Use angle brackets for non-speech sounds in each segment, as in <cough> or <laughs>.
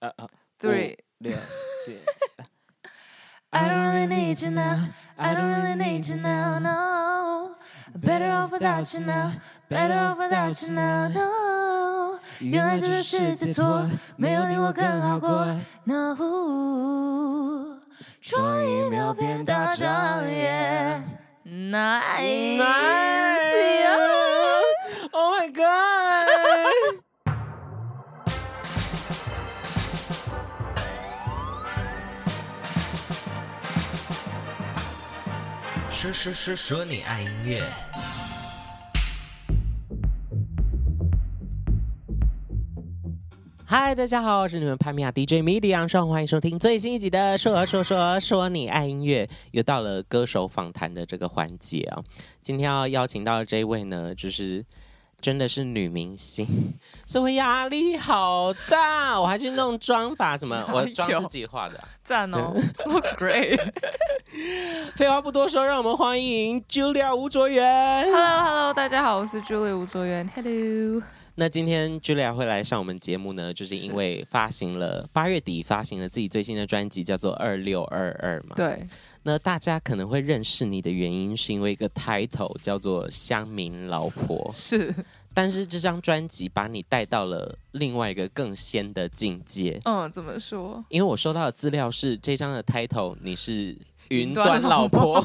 啊啊 three。六七。 <laughs> I don't really need you now. I don't really need you now. No. I'm Better off without you now. Better off without you now. No. 原来这个世界错，没有你我更好过。No. 创意没有变大张眼。Nice. Nice. <laughs> Oh my god！说说说说你爱音乐，嗨，大家好，我是你们潘米亚 DJ MIDI 杨双，欢迎收听最新一集的《说说说说你爱音乐》，又到了歌手访谈的这个环节啊。今天要邀请到的这一位呢，就是真的是女明星， <laughs> 所以我压力好大，我还去弄妆发什么，我哪有妆是自己化的啊、 <laughs> 赞哦 <laughs> ，looks great。废话不多说，让我们欢迎 Julia 吴卓源。 Hello Hello，大家好，我是 Julie 吴卓源。Hello。那今天 Julia 会来上我们节目呢，就是因为发行了八月底发行了自己最新的专辑，叫做《二六二二》嘛。。对，那大家可能会认识你的原因，是因为一个 title 叫做《乡民老婆》，是，但是这张专辑把你带到了另外一个更仙的境界。嗯，怎么说？因为我收到的资料是这张的 title 你是云端老婆，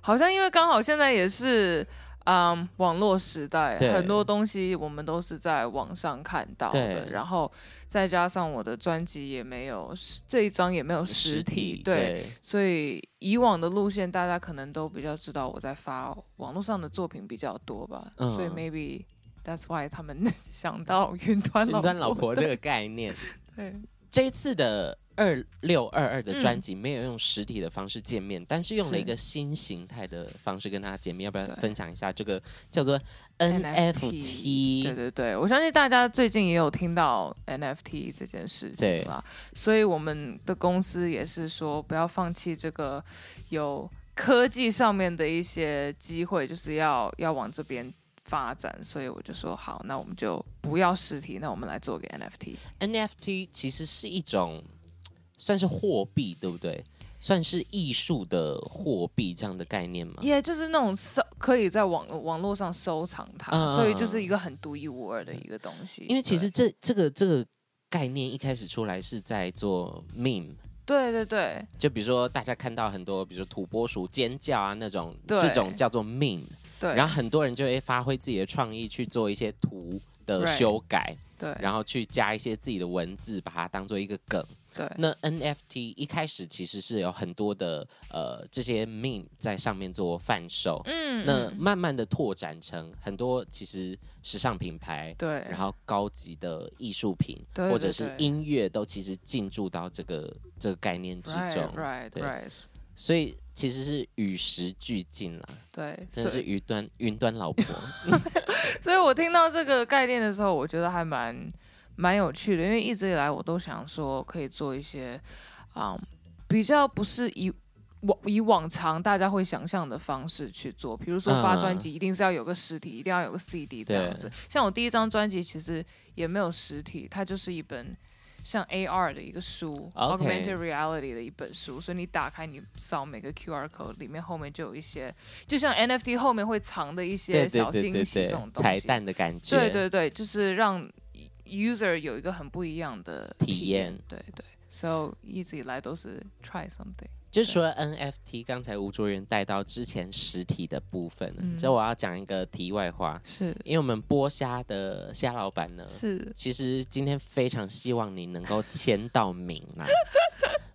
好像因为刚好现在也是，嗯，网络时代，对很多东西我们都是在网上看到的，对然后再加上我的专辑也没有实这一张也没有实体，对，对所以以往的路线大家可能都比较知道我在发网络上的作品比较多吧，嗯所以 maybe that's why 他们 <laughs> 想到云端云端老婆，婆这个概念。 <laughs> 对，嗯这一次的二六二二的专辑没有用实体的方式见面，但是用了一个新形态的方式跟大家见面。要不要对分享一下这个叫做 NFT 对 NFT？对对，我相信大家最近也有听到 NFT 这件事对情啦，所以我们的公司也是说不要放弃这个有科技上面的一些机会，就是要要往这边发展。所以我就说好，那我们就不要实体，那我们来做个 NFT。 NFT 其实是一种算是货币，对不对？算是艺术的货币这样的概念吗？也、就是那种收可以在网网络上收藏它，嗯嗯嗯嗯所以就是一个很独一无二的一个东西。因为其实对这这个这个概念一开始出来是在做 meme。对对对，就比如说，大家看到很多，比如说土拨鼠尖叫啊那种，对这种叫做 meme，对，然后后很多人就会发挥自己的创意去做一些图的 Right 修改，对然后去加一些自己的文字，把它当做一个梗。对那 NFT 一开始其实是有很多的呃这些 meme 在上面做贩售，嗯那嗯慢慢的拓展成很多其实时尚品牌。对，然后高级的艺术品对或者对是对音乐都其实进驻到这个这个概念之中 Right, right, 对 right. 所以其实是与时俱进啦，对，真的所是以云端云 <laughs> 端老婆。所以我听到这个概念的时候，我觉得还蛮蛮有趣的，因为一直以来我都想说可以做一些，嗯，比较不是以往以往常大家会想象的方式去做，比如说发嗯专辑一定是要有个实体，一定要有个 CD 这样对子。像我第一张专辑其实也没有实体，它就是一本。像 AR 的一个书 OK Augmented Reality 的一本书，所以你打开，你扫每个 QR code，里面后面就有一些，就像 NFT 后面会藏的一些对对小对惊对喜这对种，东彩西。蛋的感觉。对对对，就是让 user 有一个很不一样的体验对对，so 一直以来都是 try something。就除了 NFT，刚才吴卓源带到之前实体的部分了，嗯这、我要讲一个题外话，是因为我们剥虾的虾老板呢，是，其实今天非常希望你能够签到名 <laughs> 啦。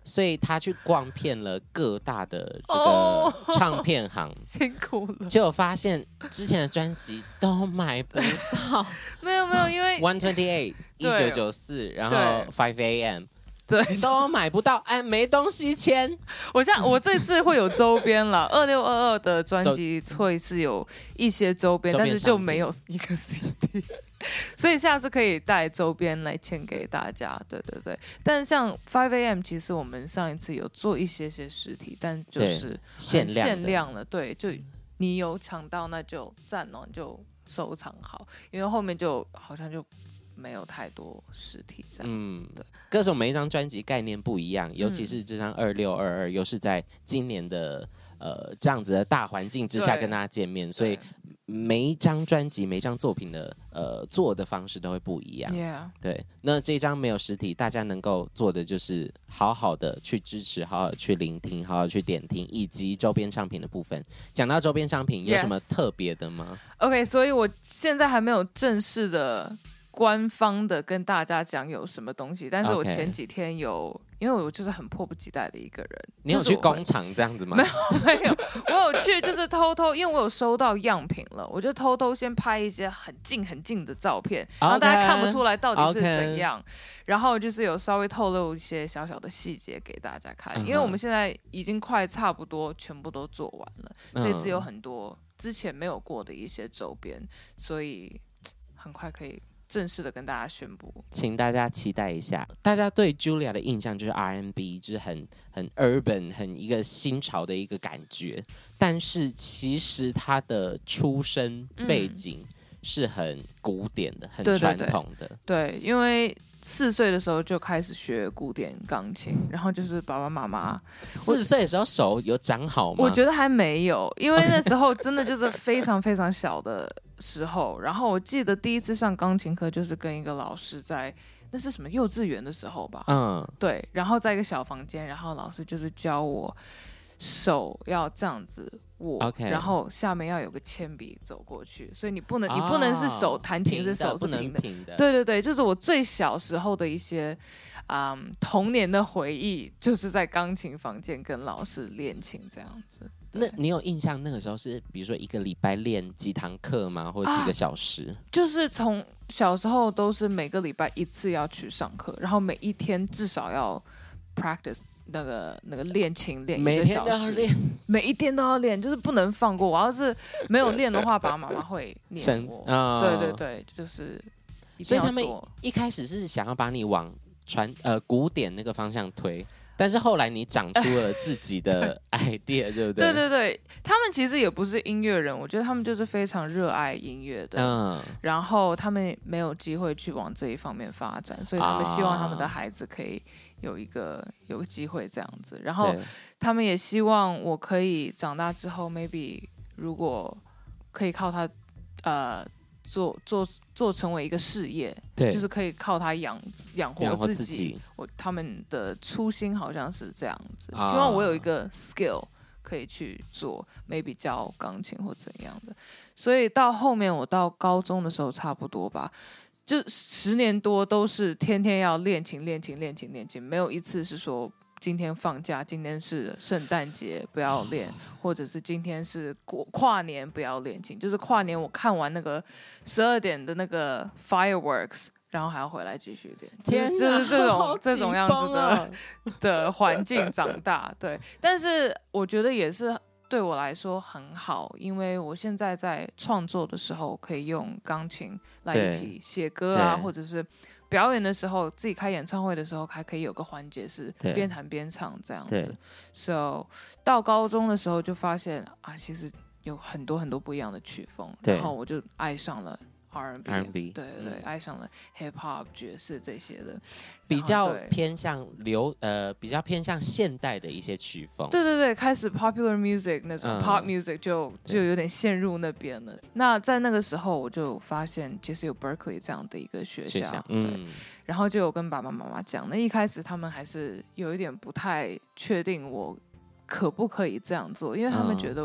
所以他去逛遍了各大的这个哦唱片行辛苦了。结果发现之前的专辑都买 <laughs> 不到。没有没有，因为 One Twenty Eight 一九对九四，然后 Five A.M. 对都买不到，哎，没东西签。我 <laughs> 像我这次会有周边了，二六二二的专辑会是有一些周边，周边但是就没有一个 CD，所 <laughs> 以下次可以带周边来签给大家。对对对，但像 Five AM，其实我们上一次有做一些些实体，但就对是限量的限量了。对，就你有抢到那就赞哦，你就收藏好，因为后面就好像就没有太多实体这样嗯子的。歌手每一张专辑概念不一样，尤嗯其是这张二六二二，又是在今年的呃这样子的大环境之下对跟大家见面，所以对每一张专辑、每一张作品的呃做的方式都会不一样。 ，Yeah，对，那这张没有实体，大家能够做的就是好好的去支持，好好地去聆听，好好地去点听，以及周边商品的部分。讲到周边商品，有 Yes 什么特别的吗 OK，所以我现在还没有正式的、官方的跟大家讲有什么东西，但是我 OK 前几天有，因为我就是很迫不及待的一个人，你有就是去我工厂这样 <laughs> 子吗？没有，没有，我有去，就是偷偷，因为我有收到样品了，我就偷偷先拍一些很近很近的照片，啊然后大家看不出来到底是 OK 怎样。然后就是有稍微透露一些小小的细节给大家看，因为我们嗯哼现在已经快差不多全部都做完了，这次有很多之前没有过的一些周边，所以很快可以正式的跟大家宣布。请大家期待一下。大家对 Julia 的印象就是 R&B，就是很很 urban，很一个新潮的一个感觉。但是其实她的出身背嗯景是很古典的，很对对传嗯对统的。对，因为四岁的时候就开始学古典钢琴，然后就是爸爸妈妈。四岁的时候手有长好吗？我觉得还没有，因为那时候真的就是非常非常小的时候。然后我记得第一次上钢琴课就是跟一个老师在那是什么幼稚园的时候吧，嗯，对，然后在一个小房间，然后老师就是教我手要这样子握 OK 然后下面要有个铅笔走过去，所以你不能、你不能是手哦弹琴是平的手是不能平的，平的。，对对对，就是我最小时候的一些，嗯，童年的回忆，就是在钢琴房间跟老师练琴这样子。那对你有印象那个时候是比如说一个礼拜练几堂课吗？或者几个小时？就是从小时候都是每个礼拜一次要去上课，然后每一天至少要 practice 那个那个练琴练一每个天小都要时，练每一天都要练，就是不能放过。我要是没有练的话，爸爸妈妈会念神我。啊哦对对对，就是一所定以要他们做。一开始是想要把你往传呃古典那个方向推，但是后来你长出了自己的 idea，对不对哎对？对对，他们其实也不是音乐人，我觉得他们就是非常热爱音乐的。嗯，然后他们没有机会去往这一方面发展，所以他们希望他们的啊孩子可以有一个有个机会这样子。然后对，他们也希望我可以长大之后，maybe 如果可以靠他，呃，做做做成为一个事业，对，就是可以靠他养养活养活自自己。我他们的初心好像是这样子，啊希望我有一个 skill 可以去做，maybe 教钢琴或怎样的。所以到后面我到高中的时候差不多吧，就十年多都是天天要练琴、练琴、练琴、练琴，没有一次是说。今天放假，今天是圣诞节，不要啊练，或者是今天是过跨年，不要练琴。就是跨年，我看完那个十二点的那个 fireworks，然后还要回来继续练。天就哪，是这 <laughs> 好种这种紧样子绷的、 <laughs> 啊的环境长大， <laughs> 对。但是我觉得也是对我来说很好，因为我现在在创作的时候可以用钢琴来对一起写歌啊，对或者是表演的时候，自己开演唱会的时候，还可以有个环节是对边弹边唱这样子对。 So 到高中的时候就发现啊，其实有很多很多不一样的曲风，对然后我就爱上了 R&B， R&B 对对嗯对，爱上了 Hip Hop 爵士这些的，比较对偏向流呃，比较偏向现代的一些曲风。对对对，开始 popular music 那种、嗯 pop music 就对就有点陷入那边了。那在那个时候，我就发现其实有 Berkeley 这样的一个学校，学校，对，嗯，然后就有跟爸爸妈妈讲。那一开始他们还是有一点不太确定我可不可以这样做，因为他们嗯觉得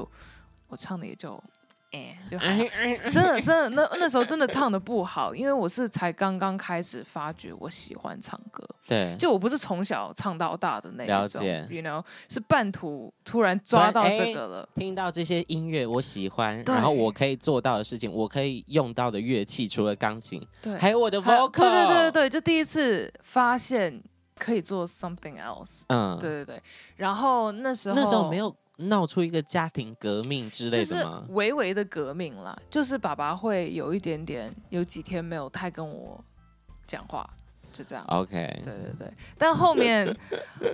我唱的也就。 <laughs> 哎、就还好真的真的那那时候真的唱的不好，因为我是才刚刚开始发觉我喜欢唱歌，对，就我不是从小唱到大的那一了种解，you know，是半途突然抓到突然哎这个了。听到这些音乐，我喜欢，对然后我可以做到的事情，我可以用到的乐器，除了钢琴，对，还有我的还 vocal。对对对对，对，就第一次发现可以做 something else、嗯，对对对，然后那时候那时候没有闹出一个家庭革命之就类是的吗？微微的革命啦，就是爸爸会有一点点有几天没有太跟我讲话，就这样。 OK，对对对，但后面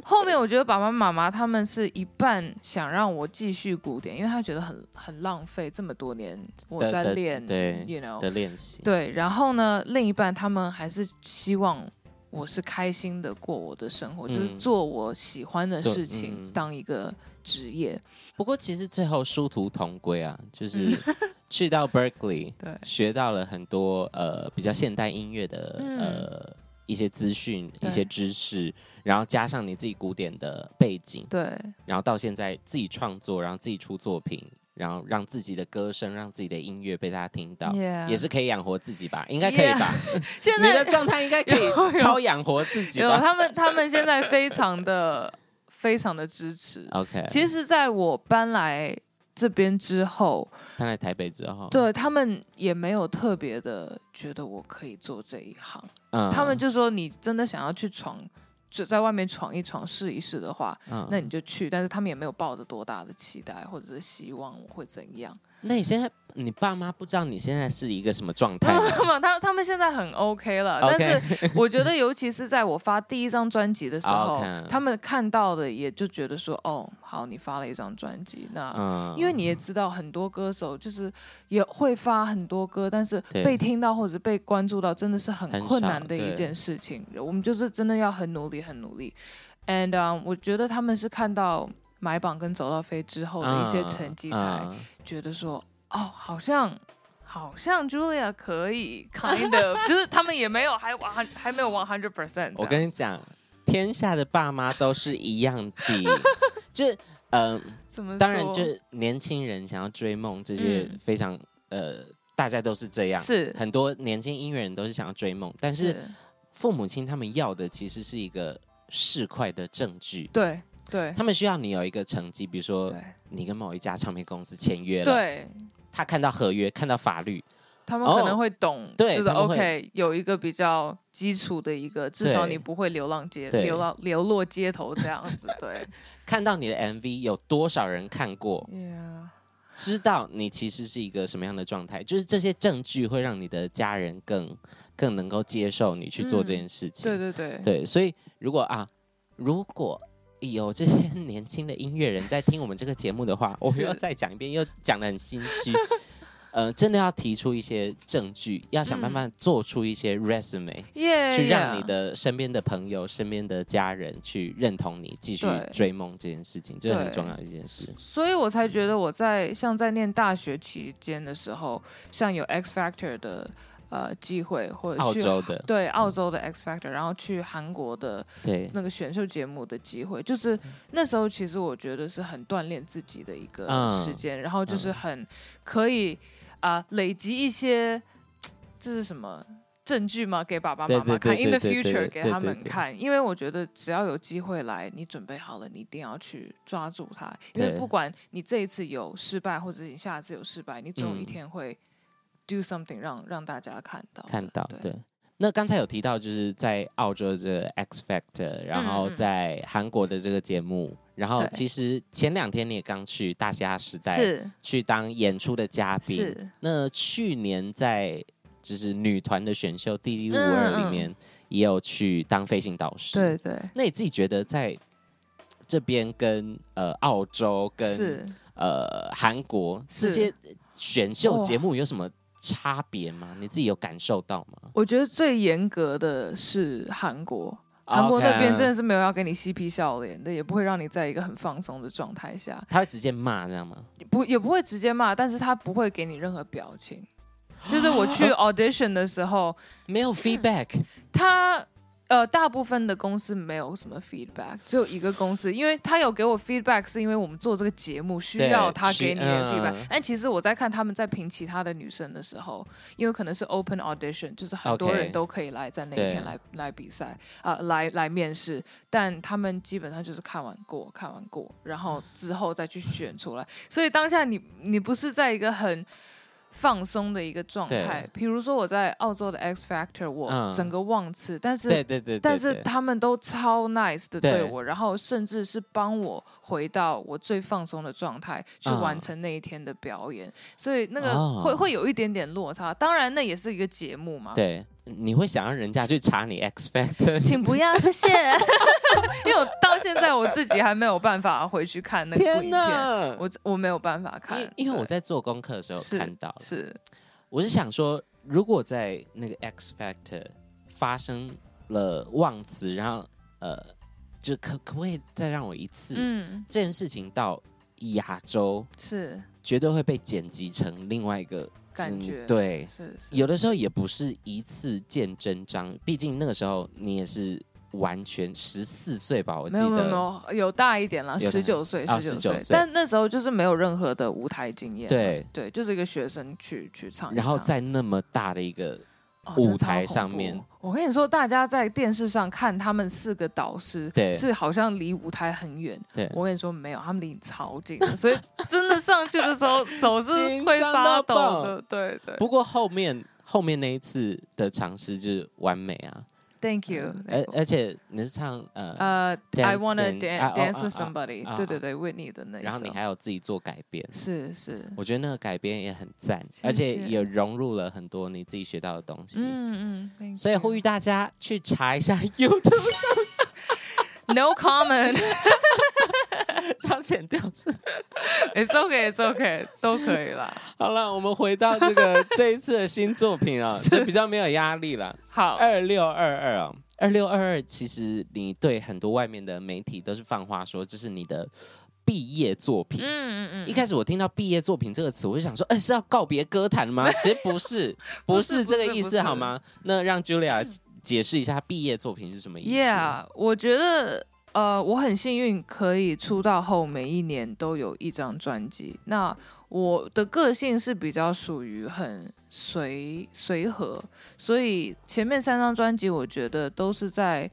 后面我觉得爸爸妈妈他们是一半想让我继续古典，因为他觉得很很浪费这么多年我的在的练，对 y o u know，的练习，对，然后呢，另一半他们还是希望我是开心的过我的生活，就是嗯做我喜欢的做事情，嗯当一个职业。不过其实最后殊途同归啊，就是 <laughs> 去到 Berkeley，嗯对学到了很多呃比较现代音乐的、嗯呃一些资讯、对一些知识，然后加上你自己古典的背景，对然后到现在自己创作，然后自己出作品，然后让自己的歌声、让自己的音乐被大家听到。 ，yeah, 啊也是可以养活自己吧，应该可以吧 <laughs> 现你的在状态应该可有有以超养活自己有吧他们，他们现在非常的非常的支 <laughs> 持。 ？OK，其实，在我搬来这边之后，搬来台北之后，，对他们也没有特别的觉得我可以做这一行，嗯他们就说你真的想要去闯，就在外面闯一闯、试一试的话，嗯那你就去，但是他们也没有抱着多大的期待或者是希望我会怎样。那你现在，你爸妈不知道你现在是一个什么 <laughs> 状 <laughs> 态吗？他们他他们现在很 OK 了 OK 但是我觉得尤其是在我发第一张专辑的时候啊 OK 他们看到的也就觉得说，哦，好，你发了一张专辑，那、嗯因为你也知道，很多歌手就是也会发很多歌，但是对被听到或者被关注到，真的是很很困少难的一对件事情。我们就是真的要很努力，很努力。And、um, 我觉得他们是看到买榜跟走到飞之后的一些成绩，才嗯嗯觉得说，哦，好像。好像 Julia 可 <laughs> 以 kind of，就是他们也没有还还还没有 one hundred percent。我跟你讲，天下的爸妈都是一样的， <laughs> 就嗯、怎么当然说就是年轻人想要追梦，这些嗯非常、呃，大家都是这样，是很多年轻音乐人都是想要追梦，但是父母亲他们要的其实是一个市侩的证据。对对他们需要你有一个成绩，比如说对你跟某一家唱片公司签约了，对，他看到合约，看到法律，他们哦可能会懂，对就是他们会 OK 有一个比较基础的一个，至少对你不会流浪街、对流浪流落街头这样子，对看到你的 MV 有多少人看过， ，Yeah，知道你其实是一个什么样的状态，就是这些证据会让你的家人更更能够接受你去做这件事情。嗯对对对，对所以如果啊，如果有这些年轻的音乐人在听我们这个节目的话，我是又要再讲一遍，又讲的很心虚。呃，真的要提出一些证据，要想办法做出一些 resume，、耶，去让你的身边的朋友、身边的家人去认同你，继续对追梦这件事情，这是很对重要的一件事。所以我才觉得我在像在念大学期间的时候，像有 X Factor 的呃机会，或者澳去洲的，对澳洲的 X Factor，然后去韩国的对，那个选秀节目的机会，嗯就是那时候其实我觉得是很锻炼自己的一个嗯时间，然后就是很可以啊、累积一些这是什么证据吗？给爸爸妈妈对对对看，in the 对对对 future 对给他对们对看，因为我觉得只要有机会来，你准备好了，你一定要去抓住它，因为对不管你这一次有失败，或者是你下次有失败，你总有一嗯天会 do something 让让大家看到的看到对对。那刚才有提到，就是在澳洲的这个 X Factor，然后嗯嗯在韩国的这个节目，然后对其实前两天你也刚去大虾时代是去当演出的嘉宾。是那去年在就是女团的选秀《第五二》嗯嗯里面，也有去当飞行导师。对对那你自己觉得在这边跟呃澳洲跟是。呃韩国这是些选秀哇节目有什么差别吗？你自己有感受到吗？我觉得最严格的是韩国，啊韩国那边真的哦 OK 是没有要给你嬉皮笑脸的，也不会让你在一个很放松的状态下，他会直接骂这样吗？不也不会直接骂，但是他不会给你任何表情。就是我去 audition 的时候，<laughs> 没有 feedback，他呃大部分的公司没有什么 feedback，只有一个公司，因为他有给我 feedback，是因为我们做这个节目需对要他需给你的 feedback 嗯。但其实我在看他们在评其他的女生的时候，因为可能是 open audition，就是很多 OK 人都可以来在那一对天来来比赛啊、来来面试，但他们基本上就是看完过，看完过，然后之后再去选出来。所以当下你你不是在一个很放松的一个状态，比如说我在澳洲的 X Factor，我嗯整个忘词，但是对对对，对但是对他们都超 nice 的对对我，然后甚至是帮我回到我最放松的状态去嗯完成那一天的表演，所以那个哦会、会有一点点落差。当然，那也是一个节目嘛，对你会想让人家去查你 <laughs> X Factor？请不要，谢谢。因为我到现在我自己还没有办法回去看那个部天影片，哪！我我没有办法看因，因为我对在做功课的时候有看到，是我是想说，如果在那个 X Factor 发生了忘词，然后呃，就可可不可以再让我一次？嗯这件事情到亚洲是绝对会被剪辑成另外一个感嗯觉对，是是有的时候也不是一次见真章，毕竟那个时候你也是完全十四岁吧，我记没得有没有没有有大一点了，有大十九岁啊19 19岁岁，但那时候就是没有任何的舞台经验，对。对，就是一个学生去去唱一唱，然后在那么大的一个，哦真的舞台超恐上怖面我跟你说，大家在电视上看他们四个导师，对是好像离舞台很远。对我跟你说没有，他们离你超近的， <laughs> 所以真的上去的时候手是紧会张发到抖爆的。对对不过后面后面那一次的尝试就是完美啊， ，Thank you 而 thank you。而且你是唱呃，呃，I wanna dancing，啊 dance 哦 dance with 啊啊 somebody，啊对啊对对，为你的那一首。然后你还有自己做改编，是是，我觉得那个改编也很赞，谢而且谢也融入了很多你自己学到的东西。嗯嗯，thank 所以呼 you 吁大家去查一下 <laughs> YouTube No comment，It's 上剪掉是。 okay，It's okay，都可以啦。 <laughs> 好了，我们回到这 <laughs> 个这一次的新作品啊，就比较没有压力了。好，二六二二啊，二六二二，其实你对很多外面的媒体都是放话说这是你的毕业作品。嗯嗯一嗯，开始我听到“毕业作品”这个词，我就想说，哎、是要告别歌坛 <laughs> 吗？其实不是，不是这个意不思是嗯好吗？那让 Julia 解释一下毕业作品是什么意思。 Yeah，我觉得呃，我很幸运可以出道后每一年都有一张专辑。那我的个性是比较属于很随随和，所以前面三张专辑我觉得都是在。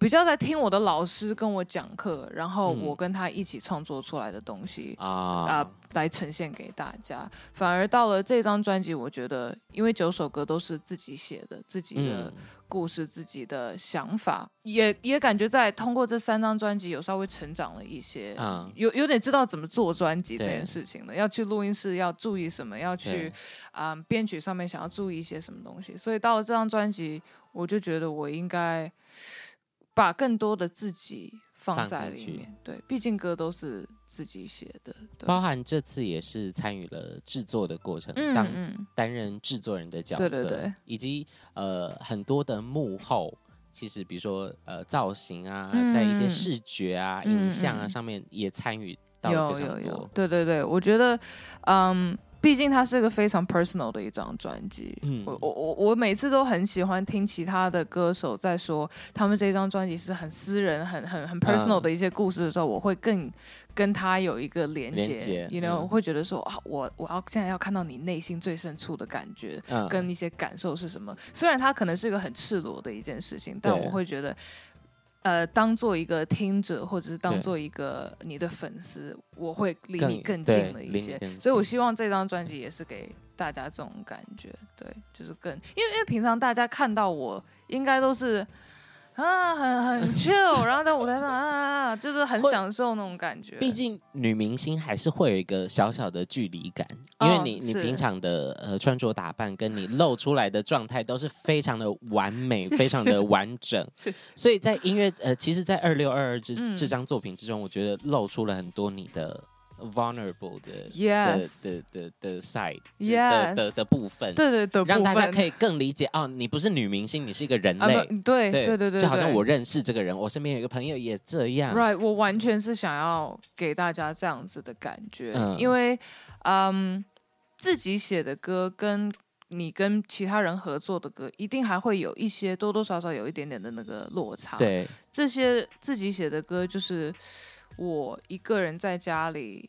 比较在听我的老师跟我讲课，然后嗯我跟他一起创作出来的东西。啊、啊，来呈现给大家。反而到了这张专辑，我觉得因为九首歌都是自己写的，自己的嗯，故事、自己的想法，也也感觉在通过这三张专辑有稍微成长了一些。啊有有点知道怎么做专辑这对件事情了，要去录音室要注意什么，要去对啊、编曲上面想要注意一些什么东西，所以到了这张专辑，我就觉得我应该把更多的自己放放在进里去面。对，毕竟歌都是自己写的，对包含这次也是参与了制作的过程，嗯当嗯，担任制作人的角对色，对对以及呃很多的幕后，其实比如说呃造型啊，嗯在一些视觉啊、嗯影像啊、嗯上面也参与到了有非有常有多，。对对对，我觉得，嗯，毕竟它是个非常 personal 的一张专辑。嗯我我我我每次都很喜欢听其他的歌手在说他们这张专辑是很私人、很很很 personal 嗯的一些故事的时候，我会更跟他有一个连接。连接 you know，、嗯我会觉得说啊，我我要现在要看到你内心最深处的感觉，嗯跟一些感受是什么。虽然它可能是一个很赤裸的一件事情，但对我会觉得，呃，当做一个听者，或者是当做一个你的粉丝，我会离你更近了一些。所以我希望这张专辑也是给大家这种感觉，对，嗯就是更因为因为平常大家看到我应该都是。啊，很 <laughs> 很 chill，然后在舞台上啊，就是很会享受那种感觉。毕竟女明星还是会有一个小小的距离感，因为哦你你是平常的呃穿着打扮跟你露出来的状态都是非常的 <laughs> 完美，非常的完整谢谢，所以在音乐呃，其实，在二六二二这嗯这张作品之中，我觉得露出了很多你的 vulnerable 的 yes，的的的的 side 就 Yes 的的的部分，对对的部分，让大家可以更理解哦，你不是女明星，你是一个人啊，类，不对对对对对，就好像我认识这个人，我身边有一个朋友也这样 Right，我完全是想要给大家这样子的感觉，嗯因为，嗯，自己写的歌跟你跟其他人合作的歌，一定还会有一些多多少少有一点点的那个落差。，对，这些自己写的歌，就是我一个人在家里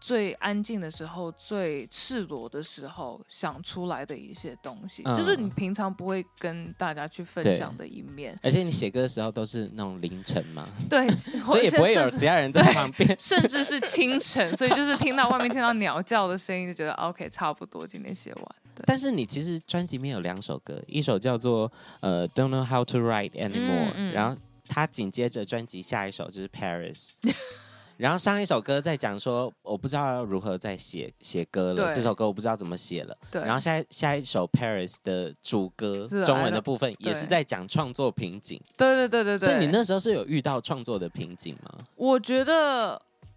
最安静的时候、最赤裸的时候想出来的一些东西，嗯就是你平常不会跟大家去分对享的一面。 <laughs> 而且你写歌的时候都是那种凌晨嘛， <laughs> 对，所以也不会有甚至。其他人在旁边 <laughs> 甚至是清晨， <laughs> 所以就是听到外面听到鸟叫的声音，就觉得 OK，差不多今天写完。但是你其实专辑里面有两首歌，一首叫做呃《Don't Know How to Write Anymore 嗯》，嗯然后它紧接着专辑下一首就是《Paris》。 <laughs> 然后上一首歌在讲说，我不知道如何在写写歌了，对这首歌我不知道怎么写了。对，然后下一下一首 Paris 的主歌是中文 I 的 don't- 部分也是对在讲创作瓶颈，对对对对对，所以你那时候是有遇到创作的瓶颈吗？我觉得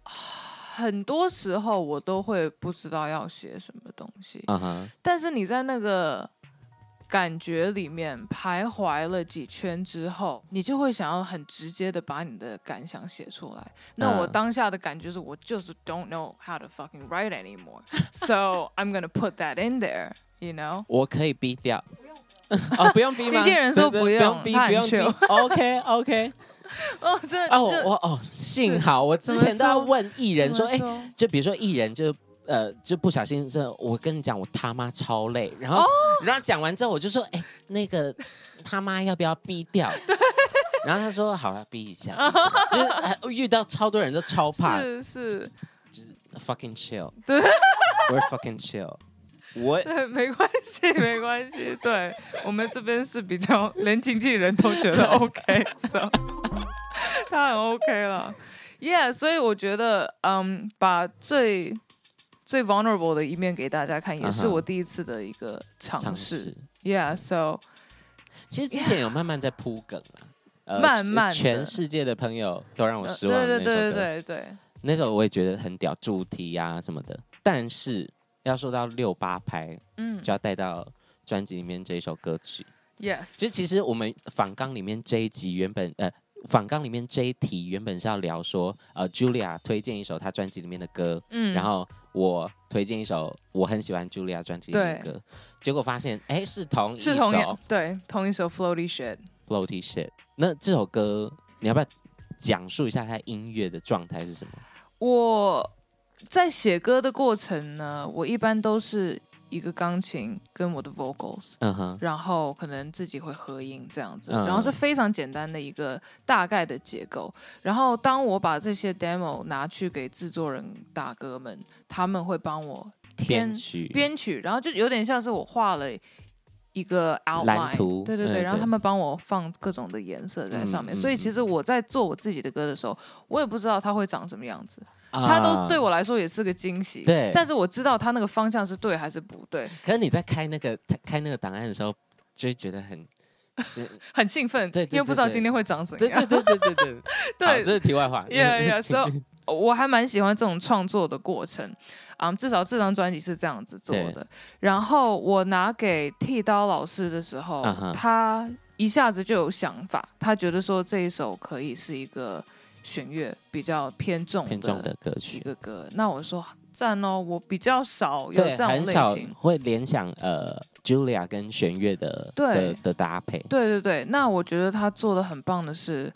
啊很多时候我都会不知道要写什么东西，啊哈，但是你在那个感觉里面徘徊了几圈之后，你就会想要很直接的把你的感想写出来。那我嗯当下的感觉是我就是 don't know how to fucking write anymore, <laughs> so I'm gonna put that in there, you know. 我可以逼掉。哦，不用逼吗？经纪人说对对不不用逼，他不很用逼 chill。 OK <laughs> OK。哦，这哦，我我哦，幸好我之前都要问艺人说，哎，就比如说艺人就。呃，就不小心这，我跟你讲，我他妈超累。然后哦然后讲完之后，我就说，哎、那个他妈要不要逼掉？ <laughs> 然后他说，好了，逼一下。就是、呃、遇到超多人都超怕是是， ，fucking chill。对，we're fucking chill。我对，没关系，没关系。对我们这边是比较连经纪人都觉得 OK，so, <laughs> 他很 OK 了。Yeah，所以我觉得，嗯，把最最 vulnerable 的一面给大家看，也是嗯哼我第一次的一个尝尝试试。。 Yeah，so 其实之前有慢慢在铺梗啊，<laughs> 呃慢慢的全世界的朋友都让我呃失望。对对对对对那首歌，对，那首我也觉得很屌，主题呀、什么的。但是要说到六八拍，嗯就要带到专辑里面这一首歌曲。 ，Yes，就其实我们访纲里面这一集原本呃。访纲里面这一题原本是要聊说，呃，Julia 推荐一首她专辑里面的歌，嗯，然后我推荐一首我很喜欢 Julia 专辑里面的歌，结果发现哎是同一首是同一对同一首 Floaty Shit。 Floaty Shit。那这首歌你要不要讲述一下它音乐的状态是什么？我在写歌的过程呢，我一般都是一个钢琴跟我的 vocals，嗯哼，然后可能自己会合音这样子，嗯然后是非常简单的一个大概的结构。然后当我把这些 demo 拿去给制作人大哥们，他们会帮我编填曲编曲，然后就有点像是我画了。一个 outline，蓝图对对嗯对，对然后他们帮我放各种的颜色在上面，嗯嗯所以其实嗯我在做我自己的歌的时候，我也不知道它会长什么样子，啊它都是对。我来说也是个惊喜。对但是我知道它那个方向是对还是不对，可是你在开那个开那个档案的时候，就会觉得很，就很兴奋，对对对因为不知道对今天会长什么对样对。对对对对， <laughs> 好这是题外话。 ，Yeah Yeah，so 我还蛮喜欢这种创作的过程，啊、至少这张专辑是这样子做的。然后我拿给剃刀老师的时候啊哈他一下子就有想法，他觉得说这一首可以是一个弦乐比较偏重 <laughs> 偏重的歌一曲，个歌。那我说赞哦，我比较少有对，这种很类少型。会联想呃 Julia 跟弦乐的对的的搭配。对对对，那我觉得他做的很棒的是，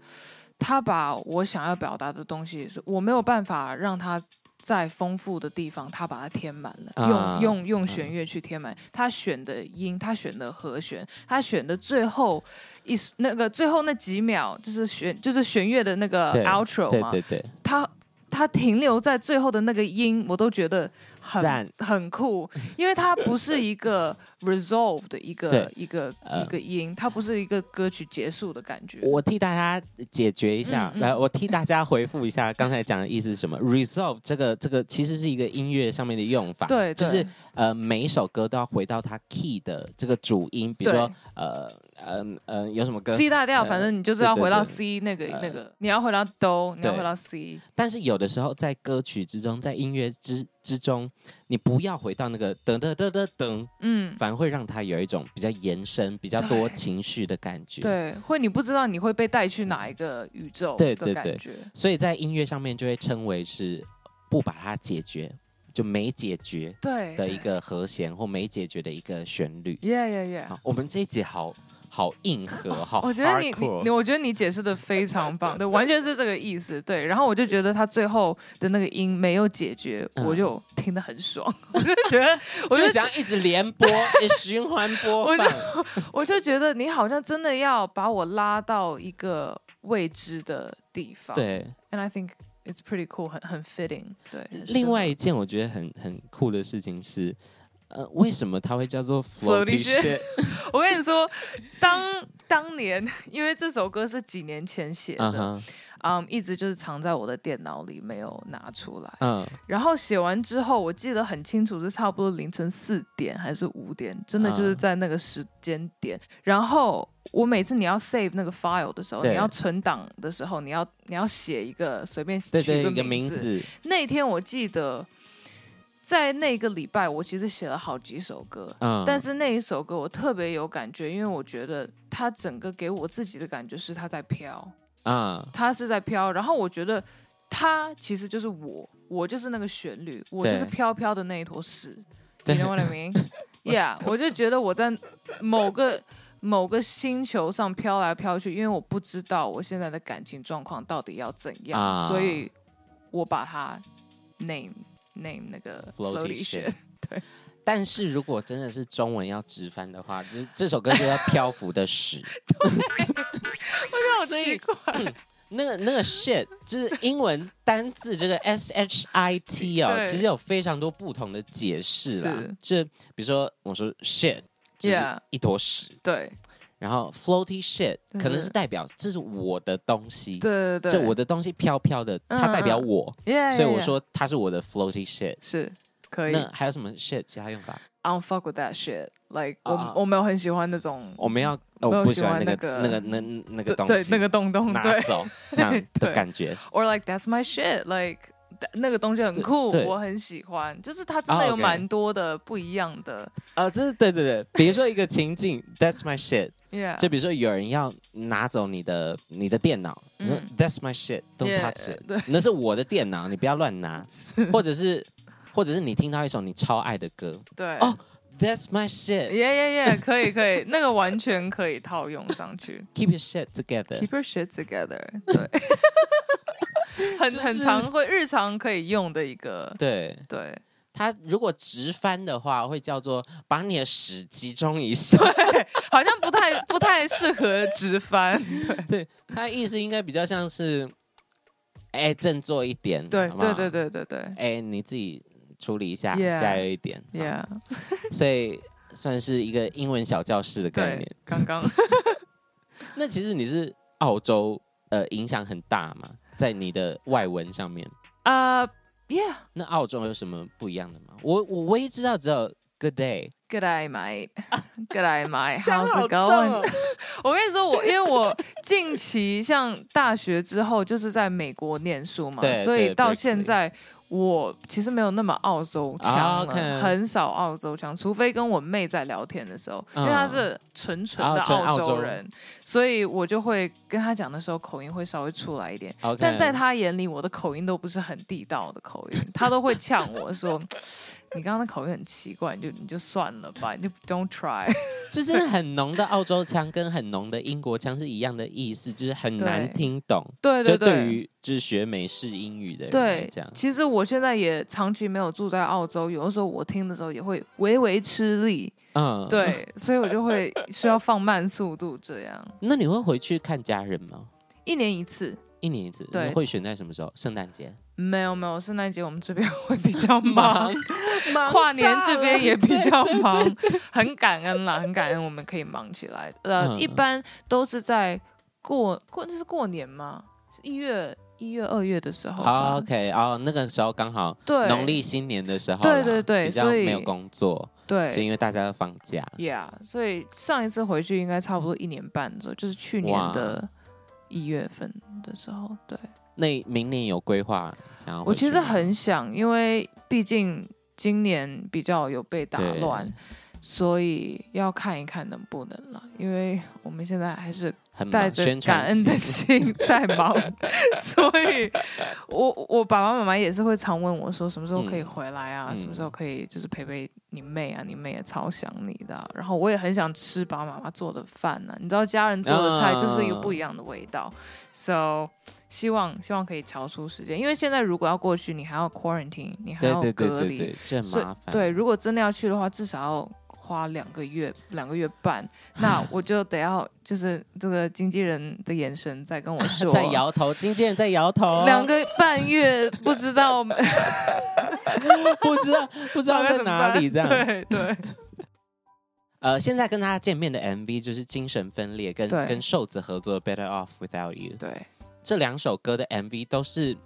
他把我想要表达的东西是，我没有办法让他在丰富的地方，他把它填满了，啊用用用嗯弦乐去填满。他选的音，他选的和弦，他选的最后一 s- 那个最后那几秒，就是弦就是弦乐的那个对 outro 对嘛，对对，他。他停留在最后的那个音，我都觉得很赞很 <laughs> 酷，因为它不是一个 resolve 的一个对一个、呃一个音，它不是一个歌曲结束的感觉。我替大家解决一下，嗯嗯来，我替大家回复 <laughs> 一下刚才讲的意思是什么。Resolve 这个这个其实是一个音乐上面的用法，对，就对是呃每一首歌都要回到它 key 的这个主音，比如说呃嗯呃有什么歌， C 大调，反正你就是要对对回到对 C 那个呃那个，你要回到哆，你要对回到 C。但是有的时候在歌曲之中，在音乐之之中，你不要回到那个噔噔噔噔噔，嗯，反而会让它有一种比较延伸、比较多对情绪的感觉。。对，会你不知道你会被带去哪一个宇宙对的对感对觉。所以在音乐上面就会称为是不把它解决，就没解决对的一。个和弦或没解决的一个旋律。啊对 Yeah yeah yeah。好，我们这一集好好硬核，好 hardcore，我觉得你你你，我觉得你解释的非常棒，对，完全是这个意思，对。然后我就觉得他最后的那个音没有解决，嗯我就听得很爽， <laughs> 我就觉 <laughs> 得，我我就就想一直连 <laughs> 播，一直循环播我就放。我就觉得你好像真的要把我拉到一个未知的地方。对， ，and I think it's pretty cool，很很 fitting 对。很适合另外，一件我觉得很很酷的事情是，呃，为什么它会叫做 Floaty floaty shit？我跟你说，当当年因为这首歌是几年前写嗯的，哼，嗯一直就是藏在我的电脑里没有拿出来。嗯，然后写完之后，我记得很清楚，是差不多凌晨四点还是五点，真的就是嗯在那个时间点。然后我每次你要 save 那个 file 的时候，对你要存档的时候，你要你要写一个随便取对对，一个个名字。字，那天我记得，在那个礼拜，我其实写了好几首歌，嗯，但是那一首歌我特别有感觉，因为我觉得它整个给我自己的感觉是它在飘，嗯，它是在飘。然后我觉得它其实就是我，我就是那个旋律，我就是飘飘的那一坨屎。You 对 know what I <laughs> mean？Yeah，我就觉得我在某个某个星球上飘来飘去，因为我不知道我现在的感情状况到底要怎样，啊所以我把它 name name 那个 floaty <laughs> shit。对，但是如果真的是中文要直翻的话，就是这首歌就叫漂浮的屎。好所以奇怪。那个那个 shit 就是英文单字这个 s h i t 哦，对其实有非常多不同的解释啦是。就比如说我说 shit 就是 Yeah 一坨屎 <laughs> 对然后 floaty shit 对可能是代表这是我的东西，对对对，就我的东西飘飘的，嗯它代表我， Yeah，所以我 yeah，说它是我的 floaty shit。是可以。那还有什么 shit 其他用法？ I don't fuck with that shit。Like 我、啊我没有很喜欢那种我们要没有哦，不喜喜欢欢那个那那个个那那个对东对西，那个洞洞拿对走 <laughs> 这样的对感觉。 ，or like that's my shit like。那个东西很酷，对对我很喜欢。就是它真啊的有，OK 蛮多的不一样的啊，这是对对对，比如说一个情境，That's my shit。 ，yeah，就比如说有人要拿走你的你的电脑，你说嗯 That's my shit，don't Yeah， touch it，对那是我的电脑，你不要乱 <laughs> 拿。或者是或者是你听到一首你超爱的歌对，哦，That's my shit，keep yeah，yeah，yeah，可以可以，那个完全可以套用上去。 <laughs> your shit together。 Keep your shit together，对， <laughs> <laughs> 很就是很常会日常可以用的一个，对对，它如果直翻的话，会叫做把你的屎集中一下。好像不太不太适合直翻， <laughs> 它意思应该比较像是，哎，振作一点，对好不好对对，对对对哎，你自己处理一下 Yeah 加油一点。 ，yeah。所以算是一个英文小教室的概念。，刚刚 <laughs> 那其实你是澳洲，呃，影响很大嘛，在你的外文上面。呃、y e a h 那澳洲有什么不一样的吗？我我唯一知道只有 Good Day， Good eye, mate. <laughs> Good eye, <laughs> mate. 香 How's 好 it 重 going? <laughs> 哦我跟你说，我因为我近期像大学之后就是在美国念书嘛对，所以对到 Berkeley 现在我其实没有那么澳洲啊腔了，OK 很少澳洲腔，除非跟我妹在聊天的时候，因为嗯她是纯纯的啊纯澳澳洲洲人，所以我就会跟她讲的时候口音会稍微出来一点。 ，OK，但在他眼里，我的口音都不是很地道的口音，他都会呛我说：“你刚刚的口音很奇怪，你就你就算了吧，你就 don't try。 <laughs> 就是很浓的澳洲腔跟很浓的英国腔是一样的意思，就是很难对听懂。”对对就对对于就是学美式英语的人来对讲，，其实我现在也长期没有住在澳洲，有的时候我听的时候也会微微吃力，嗯，。对，所以我就会需要放慢速度这样。那你会回去看家人吗？一年一次，一年一次，对你会选在什么时候？圣诞节。没有没有，圣诞节我们这边会比 <laughs> 较忙。 <laughs> 忙跨年炸这边了也比较忙，很感恩啦，很感恩我们可以忙起来。呃，嗯一般都是在过过那是过年吗？是一月一月二月的时候吧。哦 OK，哦，那个时候刚好对，农历新年的时候啦，对对对比较所以没有工作，是对因为大家要放假。 ，Yeah，所以上一次回去应该差不多一年半左右，就是去年哇的一月份的时候。对，那明年有规划想要回去吗？我其实很想，因为毕竟今年比较有被打对乱。所以要看一看能不能了，因为我们现在还是很忙带着宣传感恩的期 <laughs> 心在忙， <laughs> 所以我我爸爸妈妈也是会常问我说什么时候可以嗯回来啊，嗯什么时候可以就是陪陪你妹啊，你妹也超想你的啊、然后我也很想吃爸爸妈妈做的饭呢、你知道家人做的菜就是一个啊不一样的味道、s o 希望希望可以调出时间，因为现在如果要过去，你还要 quarantine，你还对要对对隔对离，对，这很所以麻烦。对，如果真的要去的话，至少要花两个月、两个月半，那 <laughs> 我就得要就是这个经纪人的眼神在 <laughs> 跟我说， <laughs> 在摇头，经纪人在摇头， <laughs> 两个半月不知道不知 <laughs> 不知道不知道在哪里这样。对 <laughs> 对呃，现在跟大家见面的 MV 就是《精神分裂》跟对跟瘦子合作的《Better Off Without You》对，这两首歌的 MV 都是，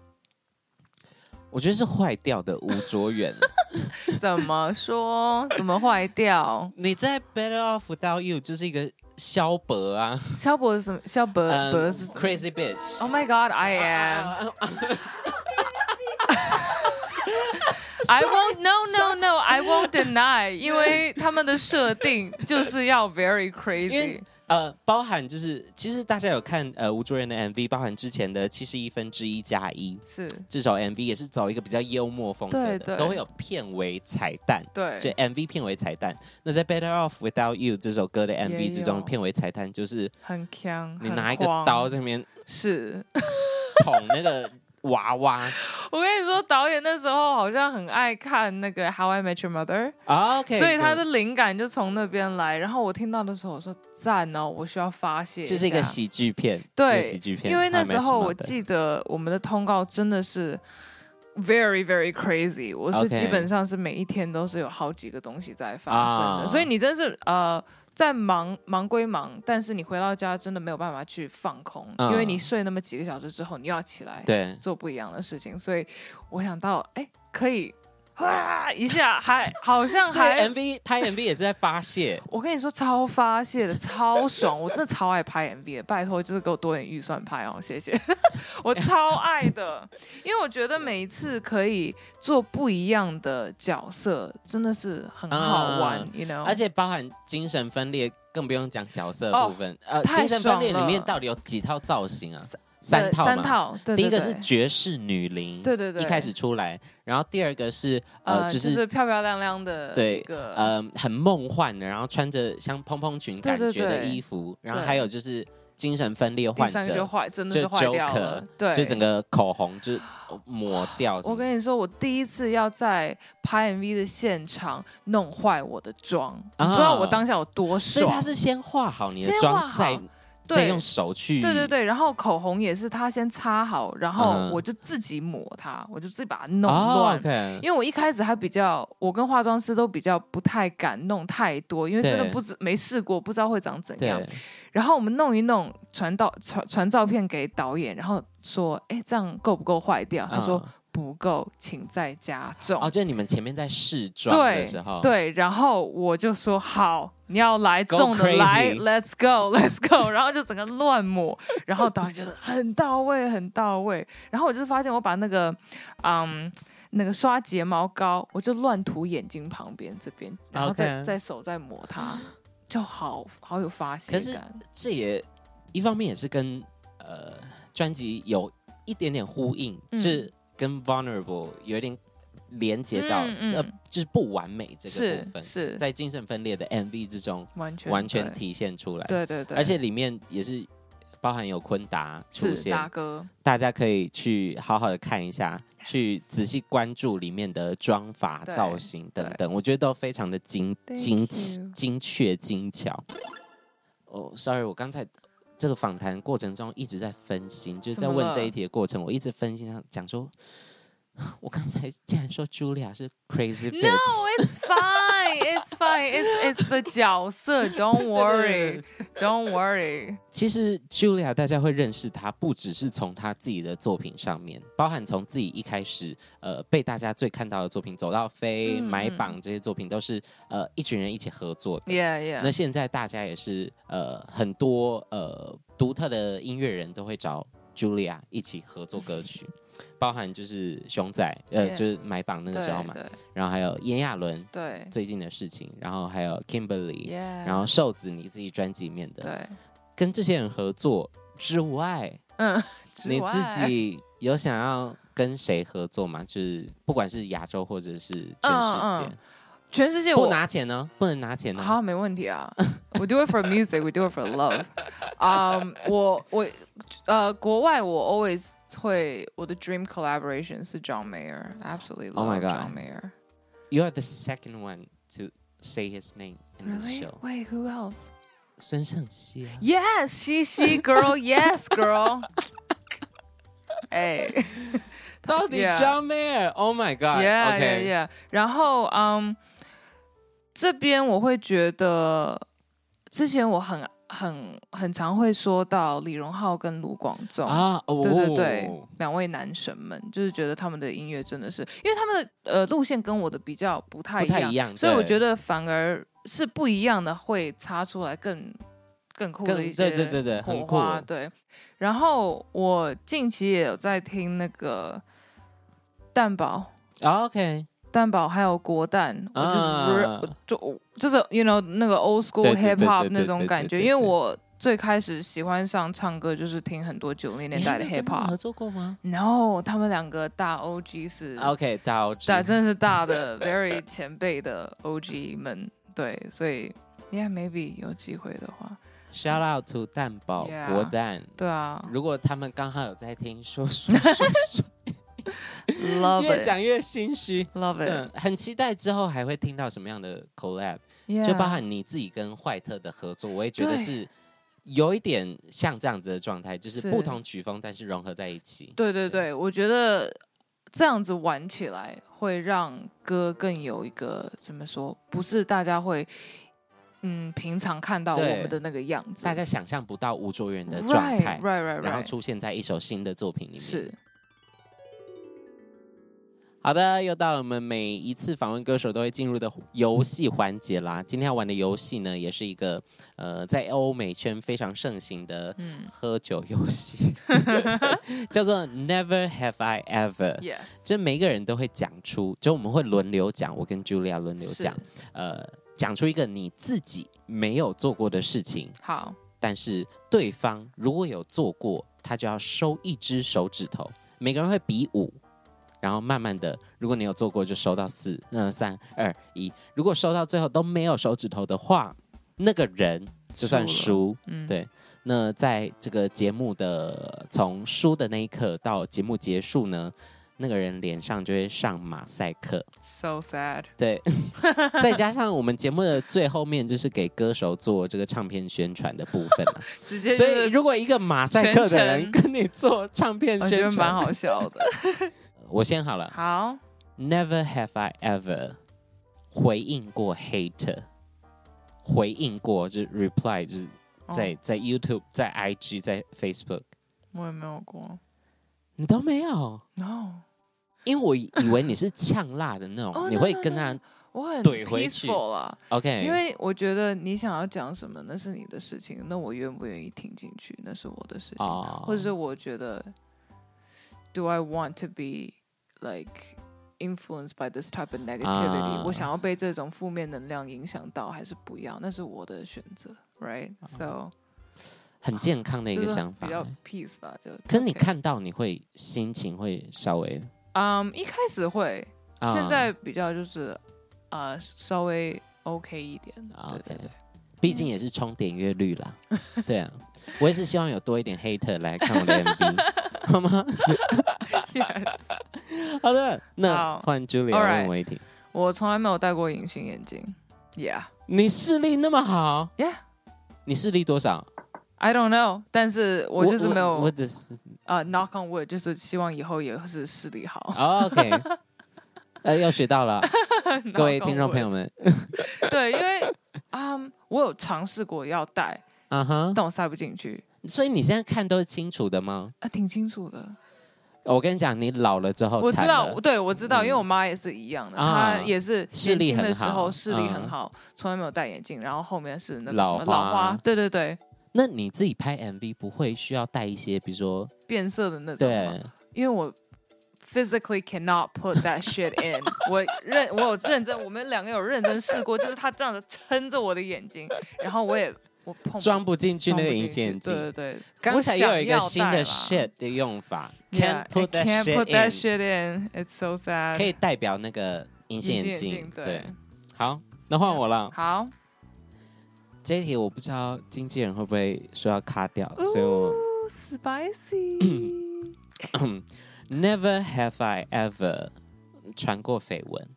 我觉得是坏掉的吴卓源。啊 <laughs> 怎么说？怎么坏掉？你在《Better Off Without You》就是一个萧伯啊，萧伯是什么？萧伯嗯伯是什么，Crazy Bitch。啊？Oh my God, I am. <laughs> I won't. No, no, no. I won't <laughs> deny，因为他们的设定就是要 very <laughs> 因为 crazy。呃，包含就是，其实大家有看呃吴卓源的 MV，包含之前的《七十一分之一加一》是，这首 MV 也是走一个比较幽默风格对对的，都会有片尾彩蛋。对，这 MV 片尾彩蛋，那在《Better Off Without You》这首歌的也 MV 之有中，片尾彩蛋就是很强。你很拿一个慌刀在那边是捅那个娃娃。 <laughs> 我跟你说，导演那时候好像很爱看那个《How I Met Your Mother》，啊 OK，所以他对的灵感就从那边来。然后我听到的时候，我说赞哦，我需要发泄嗯这是一个下喜剧片，对一个喜剧片。因为那 How I Met 时候 Your 我 Mother 记得我们的通告真的是 very very crazy，我是 OK 基本上是每一天都是有好几个东西在发生的，啊所以你真是呃。在忙忙归忙，但是你回到家真的没有办法去放空，嗯因为你睡那么几个小时之后，你又要起来对做不一样的事情。所以我想到，哎、可以哇一下，还好像所以还。MV 拍 MV 也是在发泄我跟你说，超发泄的，超爽！我真的超爱拍 MV 的，拜托，就是给我多点预算拍哦，谢谢。 <laughs> 我超爱的，因为我觉得每一次可以做不一样的角色，真的是很好玩、嗯 y o u know。而且包含精神分裂，更不用讲角色的哦部分。呃，太精神分裂爽了里面到底有几套造型啊？对三套嘛。三套，对第一对个是对绝世女伶，对对对，一开始出来，然后第二个是呃呃，就就是是漂漂亮亮的对一个呃很梦幻的，然后穿着像蓬蓬裙对感对觉的对衣服，然后对还有就是精神分裂第患三个就者，坏，真的就是坏掉了 Joker，，对，就整个口红就抹掉什么的。我跟你说，我第一次要在拍 MV 的现场弄坏我的妆，你啊不知道我当下有多所以他爽。是先画好你的先画妆，好再对再用手去。对对对，然后口红也是他先擦好，然后嗯我就自己抹它，我就自己把它弄哦乱。 ，OK，因为我一开始还比较，我跟化妆师都比较不太敢弄太多，因为真的对不知没试过，不知道会长怎样对。，然后我们弄一弄，传到传传照片给导演，然后说：“哎，这样够不够坏掉？”他说：“不够，请再加重。嗯哦，就是你们前面在试妆对的时候，，对，然后我就说好，你要来 Go 重的来 crazy ，Let's go，Let's go，然后 <laughs> 就整个乱抹，然后导演觉得很到位，很到位。然后我就是发现我把那个，嗯。那个刷睫毛膏，我就乱涂眼睛旁边这边，然后再 OK 再手再抹它，就好好有发泄可是感。这也一方面也是跟呃专辑有一点点呼应，嗯是跟 vulnerable 有一点连接到，嗯嗯呃，就是不完美这个是部分，是在精神分裂的 MV 之中完全完全对体现出来，对对对，而且里面也是包含有昆达出是现，大哥，大家可以去好好的看一下 Yes 去仔细关注里面的妆法、对造型等等，我觉得都非常的精 Thank 精 you 精确、精巧。哦、s o r r y 我刚才这个访谈过程中一直在分心，就是怎在么问了这一题的过程，我一直分心，讲说， <sighs> 我刚才竟然说 Julia 是 crazy bitch，、 No, it's fine. It's fine. It's it's the 角色. <laughs> Don't <laughs> worry. Don't worry. 其实 Julia 大家会认识她，不只是从她自己的作品上面，包含从自己一开始，呃，被大家最看到的作品《走到飞》嗯买榜》这些作品，都是呃一群人一起合作的。 Yeah, yeah. 那现在大家也是呃很多呃独特的音乐人都会找 Julia 一起合作歌曲，包含就是熊仔，呃 Yeah 就是买榜那个时候嘛，对然后还有炎亚纶对最近的事情，然后还有 Kimberly，、对，Yeah. 然后瘦子你自己专辑里面的，对，跟这些人合作之外， <laughs> 嗯，之你外自己有想要跟谁合作吗？就是不管是亚洲或者是全世界，嗯嗯全世界不我 <laughs> 拿钱呢？不能拿钱哦呢？好，没问题啊。We do it for music. We do it for love. 啊、 <laughs> 我我呃，国外我 always 会我的 dream collaboration 是 John Mayer. Absolutely love Oh my God. John Mayer. y o u are the second one to say his name in this Really? show. Wait, who else? 孙盛熙啊 Yes, she, she, girl. yes, girl. <laughs> hey. 到底 Yeah. John Mayer？Oh my god！ Yeah, OK， yeah, yeah. 然后，嗯，这边我会觉得，之前我很很很常会说到李荣浩跟卢广仲啊，哦，对对对，两位男神们，就是觉得他们的音乐真的是，因为他们的呃路线跟我的比较不太不一样，太一样所以我对觉得反而是不一样的，会擦出来更更酷的更一些对对对对很火花酷对。然后我近期也有在听那个蛋堡。啊 OK，蛋堡还有国蛋，我就是、啊就就是 you know 那个 old school 对对对 hip hop 对对那种对感觉，对对因为我最开始喜欢上唱歌就是听很多九零年 <laughs> 代的你还 hip 没跟他们 hop，合作过吗然后他们两个大 OG 是？OK，到这大真的是大 <laughs> 的 very 前辈的 OG 们，对，所以 yeah maybe 有机会的话， shout out to 蛋堡 Yeah 国蛋。对啊如果他们刚好有在 <laughs> 听，说说说说， ，love 越 it 讲越心虚。 love 嗯 it，，很期待之后还会听到什么样的 collab， yeah, 嗯就包含你自己跟坏特的合作，我也觉得啊对是有一点像这样子的状态，就是是不同曲风但是融合在一起。对对对，我觉得这样子玩起来会让歌更有一个怎么说，不是大家会嗯平常看到我对们的那个样子，大家想象不到吴卓源的状态 right right right，, 然后出现在一首新的作品里面。是好的，又到了我们每一次访问歌手都会进入的游戏环节啦。今天要玩的游戏呢，也是一个呃在欧美圈非常盛行的嗯喝酒游戏，叫做 Never Have I Ever。 yes 就每一个人都会讲出，就我们会轮流讲，我跟 Julia 轮流讲，呃，讲出一个你自己没有做过的事情，好但是对方如果有做过，他就要收一只手指头，每个人会比五，然后慢慢的，如果你有做过就收到四，嗯，三二一，如果收到最后都没有手指头的话，那个人就算输。嗯对那在这个节目的从输的那一刻到节目结束呢，那个人脸上就会上马赛克。 so sad <laughs> 对，再加上我们节目的最后面就是给歌手做这个唱片宣传的部分、啊，直接所 <laughs> 就是以如果一个马赛克的人全跟你做唱片我觉宣得哦蛮传，好笑 <laughs> 的，我先好了好，Never have I ever 回应过 hater，回应过就是 reply 就是哦 <laughs> 在、在 YouTube 在 IG 在 Facebook，我也没有过你都没有。 no 因为我以以为你是呛辣的那种哦你那会那跟那他我很怼回去哎 peaceful 啦， OK，因为我觉得你想要讲什么那是你的事情，那我愿不愿意听进去那是我的事情，哦或者是我觉得，Do I want to be like influenced by this type of negativity？、啊我想要被这种负面能量影响到，还是不要？那是我的选择，right？So 很健康哦的一就个是想法比较欸。 peace 啦，就。可是你，看到你会心情会稍微，嗯、一开始会，啊现在比较就是，呃，稍微 OK 一点。对啊 OK，对对。嗯毕竟也是冲点阅率啦。对啊，我也是希望有多一点 hater 来看我 <laughs> 的 MV，好吗？ Yes， <laughs> 好的，那好换 Julia All right 问我一题，我从来没有戴过隐形眼镜。Yeah。你视力那么好 Yeah 你视力多少？ I don't know，但是我就是没有我只是呃、knock on wood，就是希望以后也是视力好。<laughs> 哦 OK，呃，又学到了，各位听众朋友，们，对，因为啊我有尝试过要戴，啊哈，但我塞不进去，所以你现在看都是清楚的吗？啊，挺清楚的。我跟你讲，你老了之后我知惨道，了对我知道，嗯因为我妈也是一样的，啊她也是视力年轻的很时好候视力很嗯好，从来没有戴眼镜，然后后面是那个老什么老花花，对对对，那你自己拍 MV 不会需要带一些，比如说变色的那种。对，因为我 physically cannot put that shit in <laughs> 我认我有认真，我们两个有认真试过，就是他这样子撑着我的眼睛，然后我也我碰不装不进去装那不个进隐形眼镜。对对对，哦刚才又有一个我新想要戴的啦 shit 的用法 Yeah, ，can I put that can't put that shit shit in. <laughs> It's so sad. in，可以代表那个隐形眼镜。对，，好，那换我了。好，这一题我不知道经纪人会不会说要卡掉，所以我 Ooh, spicy 。 <clears throat> never have I ever 传过绯闻。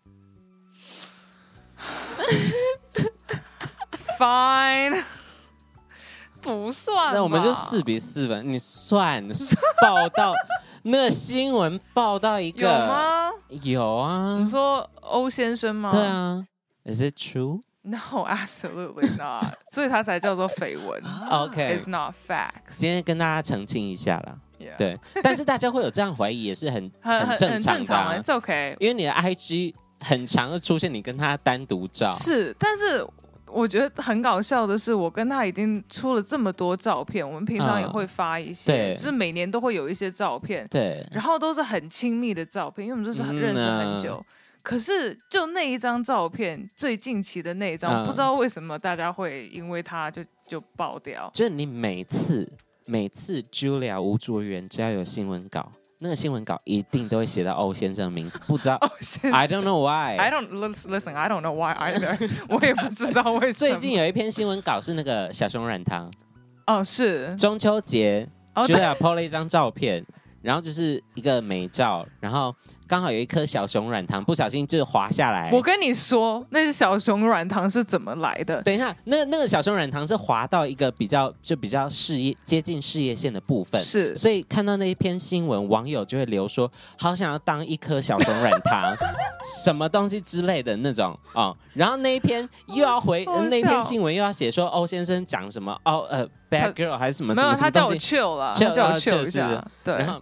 fine，不算吧。那我们就四比四吧，你算报道那新闻报道一个有吗？有啊你，说欧先生吗？对啊，Is it true? No, <laughs> absolutely not. <laughs> 所以它才叫做绯闻。啊 OK，啊 It's not facts. 今天跟大家澄清一下啦。 Yeah. 对，但是大家会有这样怀疑也是很 <laughs> 很很很正常正的常啊，It's okay。因为你的 IG 很常会出现你跟他单独照，是，但是我觉得很搞笑的是，我跟他已经出了这么多照片，我们平常也嗯会发一些，对嗯就是每年都会有一些照片，对，然后都是很亲密的照片，因为我们就是很嗯认识很啊久。可是就那一张照片，最近期的那一张，嗯不知道为什么大家会因为它就就爆 <laughs> 掉。就是你每次每次 Julia 吴卓源只要有新闻稿，那个新闻稿一定都会写到欧先生的名字，不知道 <laughs> 哦，现 I 在 don't know why。 I don't listen. listen, I don't know why either. <laughs> 我也不知道为什么。最近有一篇新闻稿是那个小熊软糖，哦是中秋节哦对 Julia PO 了一张照片，然后就是一个美照，然后刚好有一颗小熊软糖不小心就滑下来。我跟你说，那只小熊软糖是怎么来的？等一下，那那个小熊软糖是滑到一个比较就比较事业接近事业线的部分，是所以看到那一篇新闻，网友就会留说好想要当一颗小熊软糖，什么东西之类的那种哦。然后那一篇又要回、好好笑那篇新闻又要写说欧先生讲什么哦呃 bad girl 还是什么什没有，么他什么叫我东西， chill 了， chill，他叫我啊 chill chill，一是不下是。对，然后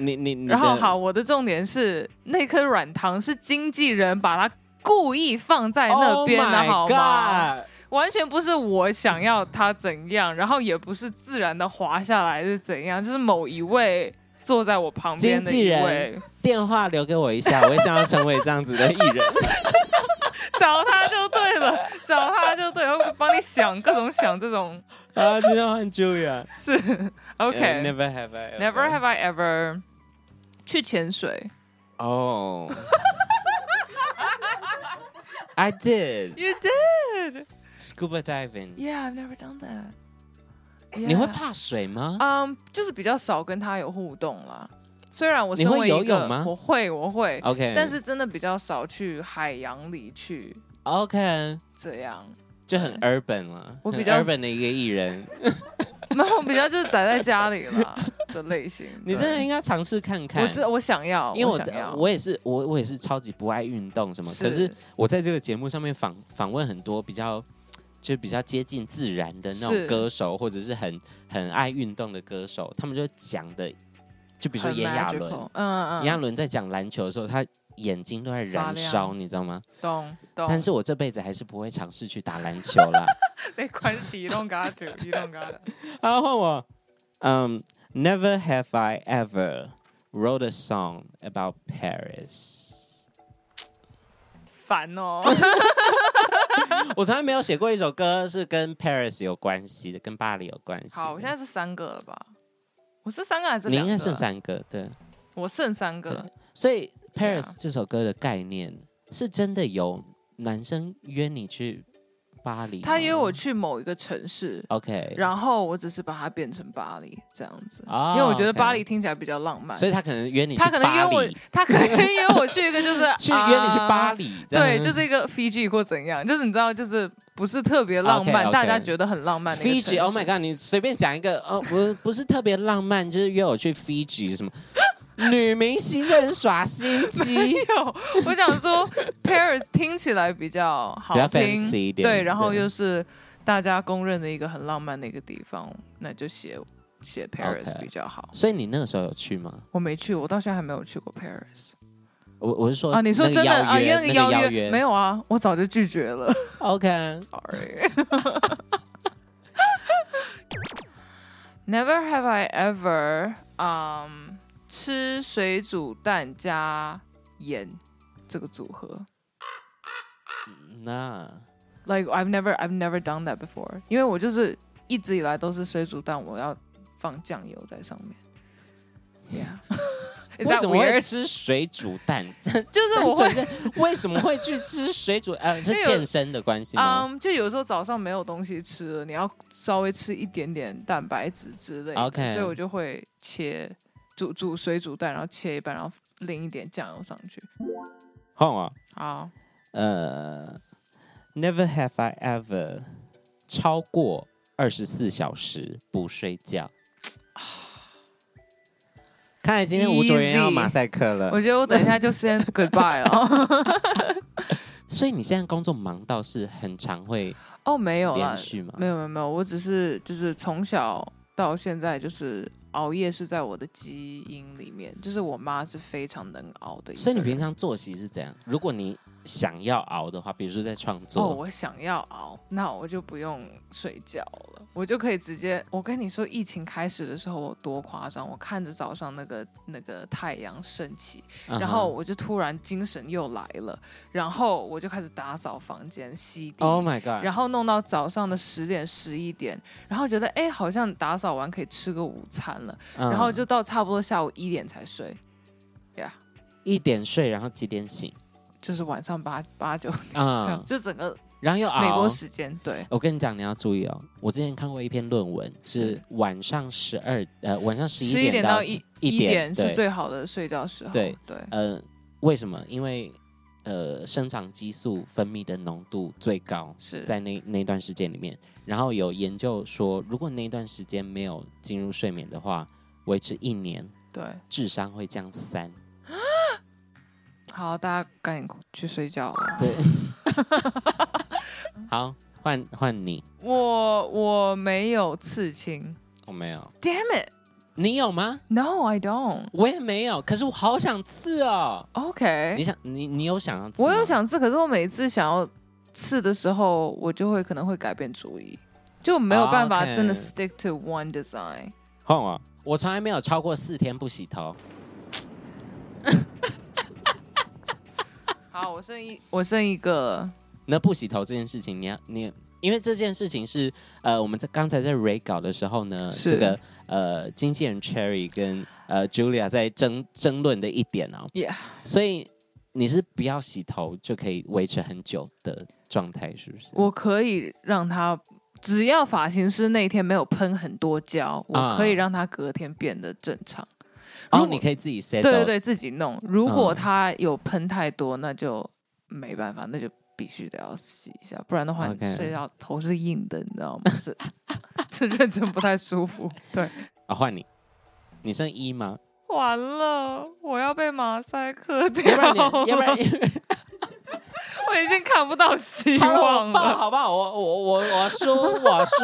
你你你的然后好，我的重点是那颗软糖是经纪人把它故意放在那边的 Oh my 好吗？ God 完全不是我想要它怎样，然后也不是自然的滑下来是怎样，就是某一位坐在我旁边的经一纪人位，电话留给我一下，我也想要成为这样子的艺人。 <laughs> 找他就对了，找他就对了，我帮你想各种想这种啊，今天 <laughs> 换 Julia。 <laughs> 是 OK。 Never have I. ever. Never have I ever 去潜水。 <laughs> Oh. I did You did? scuba diving. Yeah, I've never done that. 你会？怕水吗？嗯就是比较少跟他有互动啦。虽然我身你为会一游个泳吗我会，我会 OK，Oh, 但是真的比较少去海洋里去 OK 这样。 <laughs> 就很 urban 了，嗯我很比较 urban 的一个艺人。没有，比较就是宅在家里 <laughs> 啦的类型。你对真的应该尝试看看。我知我想要，因为想要，我我也是我我也是超级不爱运动什么，可是我在这个节目上面访访问很多比较。就比较接近自然的那是种歌手，或者是很很爱运动的歌手，他们就讲的，就比如说很炎亚纶， magical 嗯嗯嗯，炎亚纶在讲篮球的时候，他眼睛都在发燃亮烧，你知道吗？懂懂，但是我这辈子还是不会尝试去打篮球 <laughs> 啦。没关系，you don't got to，you don't got to。啊，换我。嗯、n e v e r have I ever wrote a song about Paris <laughs> 烦 <laughs> 哦。我从来没有写过一首歌是跟 Paris 有关系的，跟巴黎有关系的。好，我现在是三个了吧？我是三个还是你两应个？啊该剩，三个，对。我剩三个对。所以 Yeah Paris 这首歌的概念是真的有男生约你去巴黎吗，他约我去某一个城市， OK，然后我只是把它变成巴黎这样子，哦因为我觉得 OK 巴黎听起来比较浪漫。所以他可能约你去他可能约巴我黎，他可能约我去一个就是 <laughs> 去约你去巴啊黎，这样对，就是一个 Fiji 或怎样，就是你知道，就是不是特别浪漫， OK，OK 大家觉得很浪漫的一个城市。 Fiji，Oh 嗯 Oh my god！你随便讲一个，哦，不，不是特别浪漫，就是约我去 Fiji 什么。女明星在那耍心 <laughs> 机，有，我想 <laughs> 说 Paris 听起来比较好比较听 fancy 一点对，然后对又是大家公认的一个很浪漫的一个地方，那就写写 Paris OK 比较好。所以你那个时候有去吗？我没去，我到现在还没有去过 Paris 我我是说啊！你说那个真的邀啊？约因那为个邀邀约没有啊，我早就拒绝了。 ？OK， Sorry. <laughs> Never have I ever 嗯、吃水煮蛋加盐这个组合。那 like I've never I've never done that before，因为我就是一直以来都是水煮蛋，我要放酱油在上面。Yeah， <laughs> 为什么会 weird？吃水煮 <laughs> 蛋？ <laughs> 就是我会，为什么会去吃水煮？呃，是因为有健身的关系吗嗯就有时候早上没有东西吃了，你要稍微吃一点点蛋白质之类的 OK 所以我就会切煮煮水煮蛋，然后切一半，然后淋一点酱油上去。换我，好，呃，Never have I ever 超过二十四小时不睡觉。看来今天吴卓源要马赛克了我，觉得我等一下就 <laughs> 先 goodbye 了。所以你现在工作忙到是很常会哦，没有啦连，续吗？哦没有没有没有，我只是就是从小到现在就是熬夜是在我的基因里面，就是我妈是非常能熬的一个人。所以你平常作息是怎样？如果你想要熬的话，比如说在创作，哦，我想要熬，那我就不用睡觉了，我就可以直接。我跟你说，疫情开始的时候我多夸张，我看着早上那个那个太阳升起，嗯哼然后我就突然精神又来了，然后我就开始打扫房间、吸地。 Oh my god！然后弄到早上的十点十一点，然后觉得哎，诶好像打扫完可以吃个午餐了，嗯然后就到差不多下午一点才睡，一点睡，然后几点醒？就是晚上八八九这样，嗯，就整个然后又熬。美国时间对。我跟你讲，你要注意哦。我之前看过一篇论文，是是晚上十二呃晚上十11点点到一一一点是对最好的睡觉时候。对对，呃为什么？因为呃生长激素分泌的浓度最高，是在那那段时间里面。然后有研究说，如果那段时间没有进入睡眠的话，维持一年对。智商会 <laughs> 降三。好，大家赶紧去睡觉了。对， <laughs> 好，换换你，我我没有刺青我没有， ，Damn it! 你有吗？ No, I don't. 我也没有，可是我好想刺哦。你 OK，想，你你有想要刺？哎我有，想刺，可是我每次想要刺的时候，我就会可能会改变主意，就没有办法哦 OK 真的 stick to one design。换我，我从来没有超过四天不洗头。好，我剩一我剩一个了。那不洗头这件事情，你要你，因为这件事情是呃，我们在刚才在 re 稿的时候呢，是这个呃经纪人 Cherry 跟呃 Julia 在争争论的一点哦， Yeah，所以你是不要洗头就可以维持很久的状态，是不是？我可以让他，只要发型师那天没有喷很多胶，啊我可以让他隔天变得正常。然如后果哦你可以自己 set，对对对，自己弄。如果嗯他有喷太多，那就没办法，那就必须得要洗一下，不然的话，你 OK 睡到头是硬的，你知道吗？ <laughs> 是是认真不太舒服。对，啊，换你，你剩一吗？ <laughs> 完了，我要被马赛克掉要不然你，要不然 <laughs> 我已经看不到希好我报。好不好？我我我我输，我输。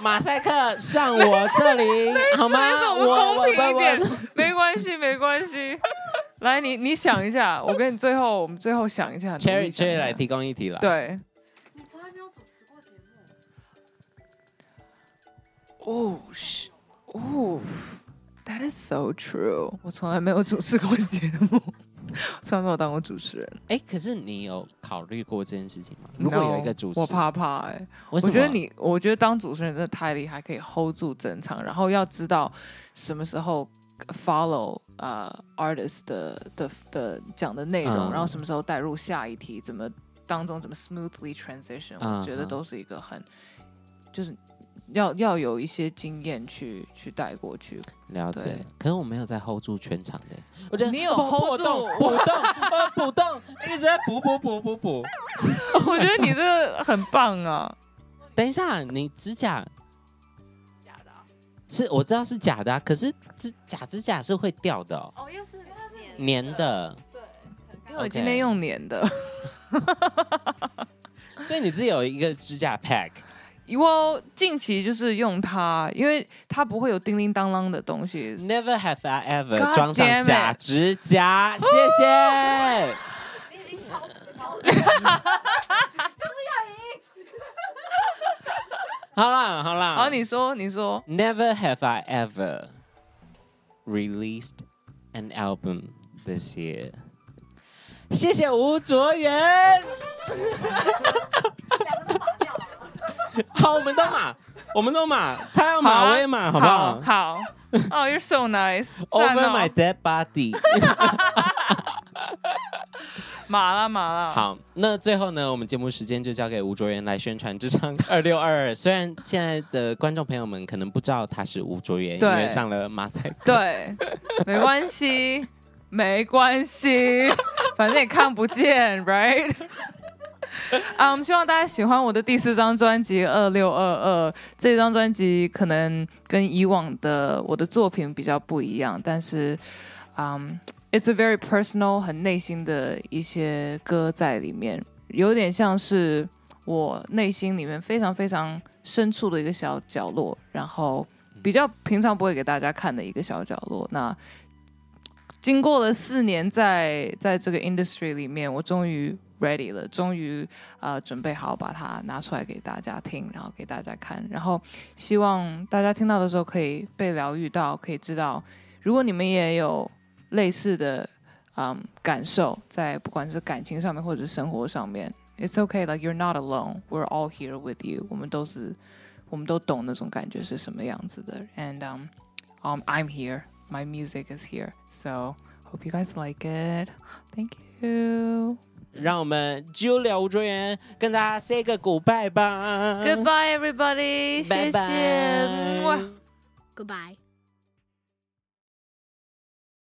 马赛克上我这里好吗没事，？我们公我平一我点我， <laughs> 没关系，没关系。来，你你想一下，我跟你最后我们最后想一下 Cherry Cherry 来听。提供一题了。，对，你从来没有主持过节目，哦，是，哦，That is so true。我从来没有主持过节目， <laughs> 从来没有当过主持人。哎，可是你有考虑过这件事情吗？如果有一个主持，我怕怕哎、为什我么，觉得你，我觉得当主持人真的太厉害，可以 hold 住整场，然后要知道什么时候 follow 呃 artist 的的的讲的内容，嗯然后什么时候带入下一题，怎么当中怎么 smoothly transition，、嗯我觉得嗯都是一个很就是要要有一些经验去去带过 <laughs> 去。了解对，可是我没有在 hold 住全场的。我觉得你有不 hold 不动住补动，呃，补动，一直在补补补补补。我觉得你这个很棒啊！等一下，你指甲假的啊、是我知道是假的啊，可是指假指甲是会掉的哦，哦，又是粘粘，的。对，很因干为我 <laughs> OK 今天用粘的， <laughs> 所以你自己有一个指甲 pack，我近期就是用它，因为它不会有叮叮当啷的东西。 Never have I ever God 装上 damn it 假指甲，谢谢。你已经超超，就是要赢，好啦，好啦，好，你说，你说， Never have I ever released an album this year。谢谢吴卓源，两个都打掉了。好，我们都码，我们都码，他要好码啊我也码，好不好好，哦、oh,，You're so <laughs> nice，赞？Over 哦 my dead body。麻了麻了，，好，那最后呢，我们节目时间就交给吴卓源来宣传这张二六二二。虽然现在的观众朋友们可能不知道他是吴卓源，因对为上了马赛克。对，没关系，没关系，反正也看不见，right？啊，我们希望大家喜欢我的第四张专辑《二六二二》。这张专辑可能跟以往的我的作品比较不一样，但是，嗯、i t s a very personal，很内心的一些歌在里面，有点像是我内心里面非常非常深处的一个小角落，然后比较平常不会给大家看的一个小角落。那经过了四年在在这个 industry 里面，我终于 ready 了，终于呃准备好把它拿出来给大家听，然后给大家看，然后希望大家听到的时候可以被疗愈到，可以知道，如果你们也有类似的嗯感受，在不管是感情上面或者是生活上面，it's okay, like you're not alone, we're all here with you，我们都是，我们都懂那种感觉是什么样子的，and um, um I'm here. my music is here. So hope you guys like it. Thank you. 让我们 Julia 吴卓源跟大家 say 个 goodbye 吧 Goodbye, everybody. 谢拜拜谢。mwah Goodbye.